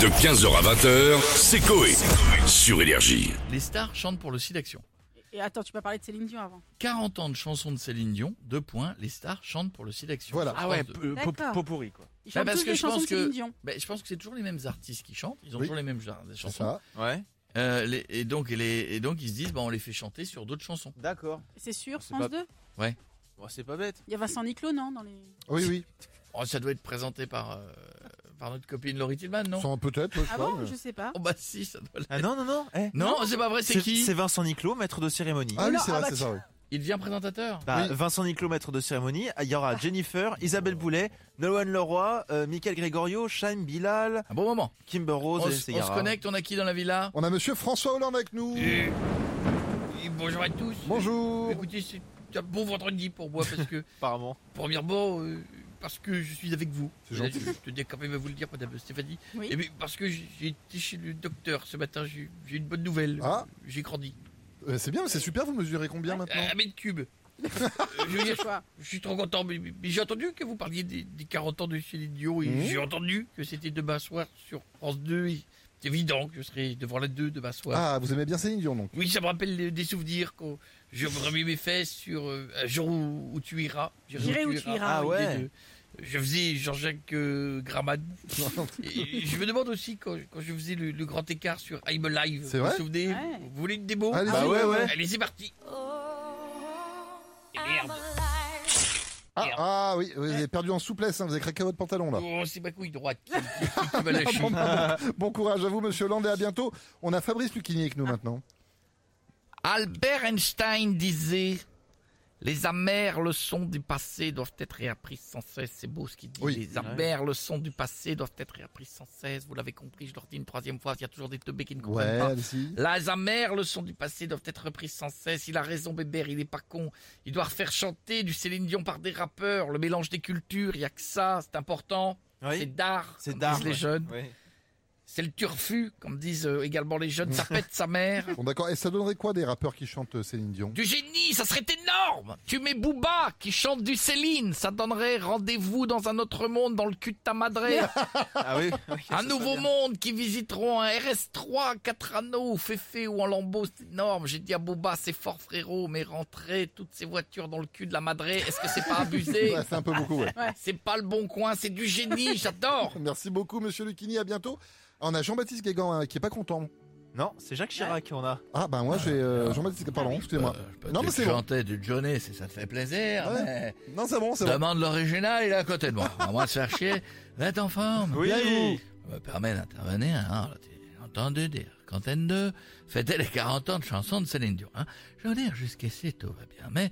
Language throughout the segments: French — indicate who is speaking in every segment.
Speaker 1: De 15h à 20h, c'est Coé. Sur Énergie.
Speaker 2: Les stars chantent pour le site d'action.
Speaker 3: Et attends, tu m'as parlé de Céline Dion avant.
Speaker 2: 40 ans de chansons de Céline Dion, deux points, les stars chantent pour le site d'action.
Speaker 4: Voilà.
Speaker 2: Ah ouais, p-
Speaker 3: D'accord.
Speaker 5: Euh, pourri quoi.
Speaker 3: Ils chantent
Speaker 2: Bah, parce
Speaker 3: tous
Speaker 2: que
Speaker 3: les
Speaker 2: je pense
Speaker 3: chansons de
Speaker 2: que-
Speaker 3: Céline Dion.
Speaker 2: ben, je pense que c'est toujours les mêmes artistes qui chantent, ils ont
Speaker 4: Oui.
Speaker 2: toujours les mêmes genres de
Speaker 4: C'est
Speaker 2: chansons.
Speaker 4: ça.
Speaker 5: Ouais.
Speaker 2: Euh, les- et, donc, et les- et donc ils se disent, bah, on les fait chanter sur d'autres chansons.
Speaker 5: D'accord.
Speaker 3: C'est sûr,
Speaker 5: C'est
Speaker 3: France
Speaker 5: pas-
Speaker 3: 2
Speaker 5: Bon, c'est pas bête.
Speaker 3: Il y a Vincent Niclot, non dans les... Ah
Speaker 4: Oui, oui.
Speaker 2: Oh, ça doit être présenté par, euh, par notre copine Laurie Tillman, non
Speaker 4: Sans peut-être. je sais
Speaker 3: Ah
Speaker 4: pas,
Speaker 3: bon
Speaker 4: mais-
Speaker 3: Je sais pas.
Speaker 2: Oh bah si, ça doit l'être.
Speaker 5: Ah non non non. eh.
Speaker 2: Non, c'est pas vrai, c'est qui
Speaker 5: C'est Vincent Niclot, maître de cérémonie.
Speaker 4: Ah oui,
Speaker 3: Non,
Speaker 4: c'est
Speaker 3: ah
Speaker 4: vrai,
Speaker 3: bah
Speaker 4: c'est ça. oui.
Speaker 2: Il devient présentateur
Speaker 5: Bah,
Speaker 4: oui.
Speaker 5: Vincent Niclot, maître de cérémonie. Il y aura Jennifer, Isabelle Boulet, Noël Leroy, euh, Michael Gregorio, Shane Bilal,
Speaker 2: Un bon moment.
Speaker 5: Kimber Rose
Speaker 2: On,
Speaker 5: et
Speaker 2: s- on se
Speaker 4: hein.
Speaker 5: Ségara.
Speaker 2: connecte, on a qui dans la villa
Speaker 4: On a monsieur François Hollande avec nous.
Speaker 2: Et- et Bonjour à tous.
Speaker 4: Bonjour.
Speaker 2: Écoutez, c'est un bon vendredi pour moi parce que,
Speaker 5: Apparemment.
Speaker 2: premièrement, euh, parce que je suis avec vous.
Speaker 4: C'est gentil.
Speaker 2: Je tenais quand même à vous le dire, madame Stéphanie.
Speaker 3: Oui.
Speaker 2: Et puis, parce que j'ai j'ai été chez le docteur ce matin, j'ai j'ai une bonne nouvelle.
Speaker 4: Ah.
Speaker 2: J'ai grandi. Ah,
Speaker 4: Euh, C'est bien, mais c'est super, vous mesurez combien maintenant
Speaker 3: Ah,
Speaker 4: Ah,
Speaker 2: Un mètre cube. Euh, je, veux dire,
Speaker 3: Quoi
Speaker 2: je suis trop content, mais, mais- mais j'ai entendu que vous parliez des, des 40 ans de Céline Dion et
Speaker 4: Mhm.
Speaker 2: j'ai entendu que c'était demain soir sur France 2. et C'est évident que je serai devant la 2 demain soir.
Speaker 3: bah.
Speaker 4: Ah, vous aimez bien Céline Dion donc
Speaker 2: Oui, ça me rappelle les- des souvenirs quand je remis mes fesses sur euh, un jour où, où tu iras.
Speaker 3: J'irai où tu iras.
Speaker 5: Ah
Speaker 2: oui,
Speaker 5: ouais.
Speaker 2: des deux. Je faisais Jean-Jacques euh, Graman. Et je me demande aussi quand, quand je faisais le, le grand écart sur I'm Alive.
Speaker 4: C'est
Speaker 2: vous
Speaker 4: vrai
Speaker 2: vous souvenez
Speaker 3: Ouais. Ah
Speaker 2: Vous voulez une démo
Speaker 4: Allez-y,
Speaker 5: Bah ouais, ouais.
Speaker 2: Allez, c'est parti. Et merde.
Speaker 4: Ah, ah oui, vous avez perdu en souplesse, hein, vous avez craqué votre pantalon
Speaker 3: bah.
Speaker 4: là.
Speaker 2: Oh, c'est ma couille droite qui, qui-
Speaker 3: Ah,
Speaker 2: qui m'a lâché.
Speaker 4: Bon, bah, bon- bon courage à vous monsieur Hollande et à bientôt. On a Fabrice Lucchini avec nous maintenant.
Speaker 2: Albert Einstein disait Les amères leçons du passé doivent être réapprises sans cesse. C'est beau ce qu'il dit.
Speaker 4: Oui.
Speaker 2: Les amères leçons du passé doivent être réapprises sans cesse. Vous l'avez compris, je leur dis une troisième fois. Il y a toujours des teubés qui ne comprennent
Speaker 4: Ouais,
Speaker 2: pas.
Speaker 4: si.
Speaker 2: Les amères leçons du passé doivent être reprises sans cesse. Il a raison, Bébert, il est pas con. Il doit refaire chanter du Céline Dion par des rappeurs. Le mélange des cultures, il y a que ça, c'est important. C'est
Speaker 5: Oui.
Speaker 2: d'art,
Speaker 5: C'est
Speaker 2: comme
Speaker 5: d'art,
Speaker 2: disent les
Speaker 5: ouais.
Speaker 2: jeunes.
Speaker 5: Ouais.
Speaker 2: C'est le turfu, comme disent euh, également les jeunes. Ça pète sa mère.
Speaker 4: Bon d'accord, et ça donnerait quoi des rappeurs qui chantent euh, Céline Dion
Speaker 2: Du génie, ça serait énorme Tu mets Booba qui chante du Céline, ça donnerait rendez-vous dans un autre monde, dans le cul de ta madrère.
Speaker 5: Ah oui. oui, ça
Speaker 2: un
Speaker 5: serait
Speaker 2: nouveau
Speaker 5: bien.
Speaker 2: monde qui visiteront un RS3, 4 anneaux, Féfé ou en lambeau, c'est énorme. J'ai dit à Booba, c'est fort frérot, mais rentrer toutes ces voitures dans le cul de la madrère, est-ce que c'est pas abusé
Speaker 4: Ouais, C'est un peu beaucoup, ouais.
Speaker 2: C'est pas le bon coin, c'est du génie, j'adore
Speaker 4: Merci beaucoup monsieur Lucchini, à bientôt. Ah, On a Jean-Baptiste Guégan hein, qui est pas content.
Speaker 5: Non, c'est Jacques Chirac qu'on a.
Speaker 4: Ah bah moi j'ai euh, Jean-Baptiste pardon, excusez-moi.
Speaker 3: Euh.
Speaker 2: Euh,
Speaker 4: Non mais c'est bon.
Speaker 2: chantais du Johnny, ça te fait plaisir.
Speaker 4: Ouais. Non, c'est bon, c'est bon.
Speaker 2: Demande l'original, il est à côté de moi. À moi de se faire chier, va en forme.
Speaker 5: Oui.
Speaker 2: Je me permet d'intervenir. Hein, j'ai entendu dire qu'Antenne 2 fêtait les 40 ans de chansons de Céline Dion. Hein. Je veux dire, jusqu'ici, tout va bien. Mais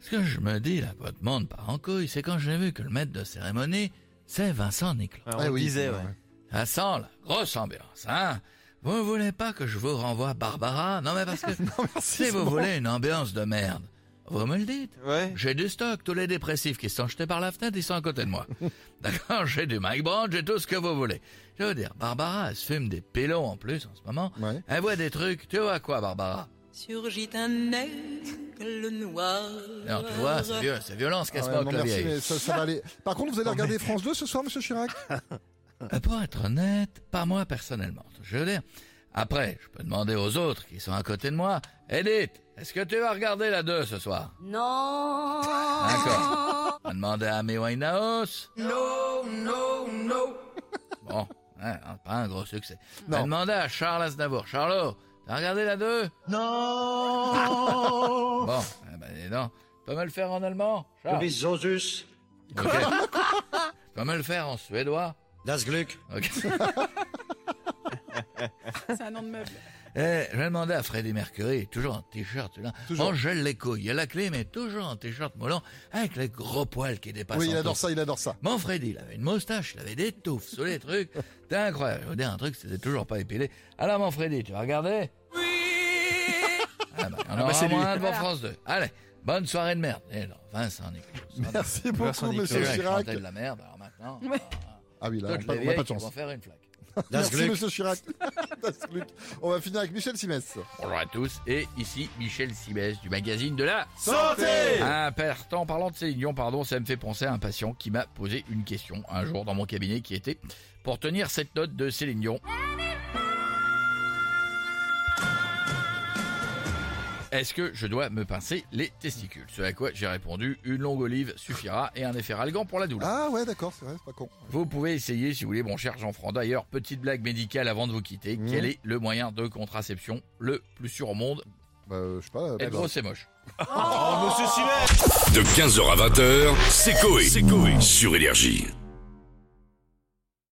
Speaker 2: ce que je me dis, la votre monde part en couille, c'est quand j'ai vu que le maître de cérémonie, c'est Vincent Niclot.
Speaker 5: Ouais, on
Speaker 4: Ah
Speaker 5: le
Speaker 4: oui,
Speaker 5: disait,
Speaker 4: c'est
Speaker 5: ouais.
Speaker 4: vrai.
Speaker 2: Ça sent la grosse ambiance, hein Vous voulez pas que je vous renvoie Barbara Non, mais parce que si
Speaker 4: c'est
Speaker 2: vous
Speaker 4: bon.
Speaker 2: voulez une ambiance de merde, vous me le dites.
Speaker 5: Ouais.
Speaker 2: J'ai du stock, tous les dépressifs qui sont jetés par la fenêtre, ils sont à côté de moi. D'accord, j'ai du Mike Brandt, j'ai tout ce que vous voulez. Je veux dire, Barbara, elle se fume des pélos en plus en ce moment.
Speaker 4: Ouais.
Speaker 2: Elle voit des trucs, tu vois quoi, Barbara
Speaker 6: Surgit un aigle noir.
Speaker 2: Non, tu vois, c'est vieux, c'est violent ce
Speaker 4: Ah
Speaker 2: qu'elle se
Speaker 4: ouais,
Speaker 2: moque,
Speaker 4: non,
Speaker 2: la
Speaker 4: merci,
Speaker 2: vieille.
Speaker 4: mais ça, ça va aller. Par contre, vous allez regarder France 2 ce soir, monsieur Chirac
Speaker 2: Euh, Pour être honnête, pas moi personnellement. Je veux dire, après, je peux demander aux autres qui sont à côté de moi, Edith, est-ce que tu vas regarder la 2 ce soir
Speaker 6: Non.
Speaker 2: D'accord. On va demander à Amy Winehouse. No, no, no. Bon, hein, hein, pas un gros succès. On va
Speaker 4: Non.
Speaker 2: demander à Charles Aznavour. Charlot, t'as regardé la 2 Non Bon, eh ben dis donc. Tu peux me le faire en allemand Charles Ok. Tu peux me le faire en suédois
Speaker 7: Das Glück.
Speaker 2: Ok.
Speaker 3: C'est un nom de meuble.
Speaker 2: Eh, j'ai demandé à Freddie Mercury, toujours en t-shirt, là.
Speaker 4: Toujours.
Speaker 2: Angèle les couilles, il a la clé, mais toujours en t-shirt moulant, avec les gros poils qui dépassent.
Speaker 4: Oui, il
Speaker 2: en
Speaker 4: adore
Speaker 2: dessous.
Speaker 4: ça, il adore ça.
Speaker 2: Mon Freddy, il avait une moustache, il avait des touffes sur les trucs. C'était incroyable. Je vous dis un truc, c'était toujours pas épilé. Alors, mon Freddy, tu vas regarder Oui Ah bah, on aura
Speaker 5: c'est lui.
Speaker 2: moins devant France 2. Allez, bonne soirée de merde. Eh non, Vincent Nicolas.
Speaker 4: Merci beaucoup,
Speaker 5: Ah, bah. Vincent
Speaker 4: monsieur
Speaker 2: C'est vrai,
Speaker 5: Nicolas.
Speaker 2: je
Speaker 4: Chirac.
Speaker 2: chantais de la merde, alors maintenant...
Speaker 3: Ouais.
Speaker 2: ah,
Speaker 4: Ah oui, là,
Speaker 2: toutes
Speaker 4: on
Speaker 2: les
Speaker 4: n'a pas
Speaker 2: vieilles
Speaker 4: de
Speaker 2: qui vont
Speaker 4: chance.
Speaker 2: faire une flaque.
Speaker 4: Merci,
Speaker 7: Gluck.
Speaker 4: monsieur Chirac. Das Gluck. On va finir avec Michel Simès.
Speaker 2: Bonjour à tous, et ici Michel Simès du magazine de la
Speaker 5: Santé
Speaker 2: Ah, per- en parlant de Céline Dion, pardon, ça me fait penser à un patient qui m'a posé une question un jour dans mon cabinet qui était pour tenir cette note de Céline Dion. Est-ce que je dois me pincer les testicules Ce à quoi j'ai répondu une longue olive suffira et un effet ralgant pour la douleur.
Speaker 4: Ah ouais, d'accord, c'est vrai, c'est pas con.
Speaker 2: Vous pouvez essayer si vous voulez, mon cher Jean-Franc. D'ailleurs, petite blague médicale avant de vous quitter.
Speaker 4: Mmh.
Speaker 2: Quel est le moyen de contraception le plus sûr au monde
Speaker 4: Bah, euh, je sais pas.
Speaker 2: Être
Speaker 4: bah,
Speaker 2: gros, c'est moche.
Speaker 5: Oh, monsieur Simès
Speaker 1: De 15h à 20h, c'est Coé sur Énergie.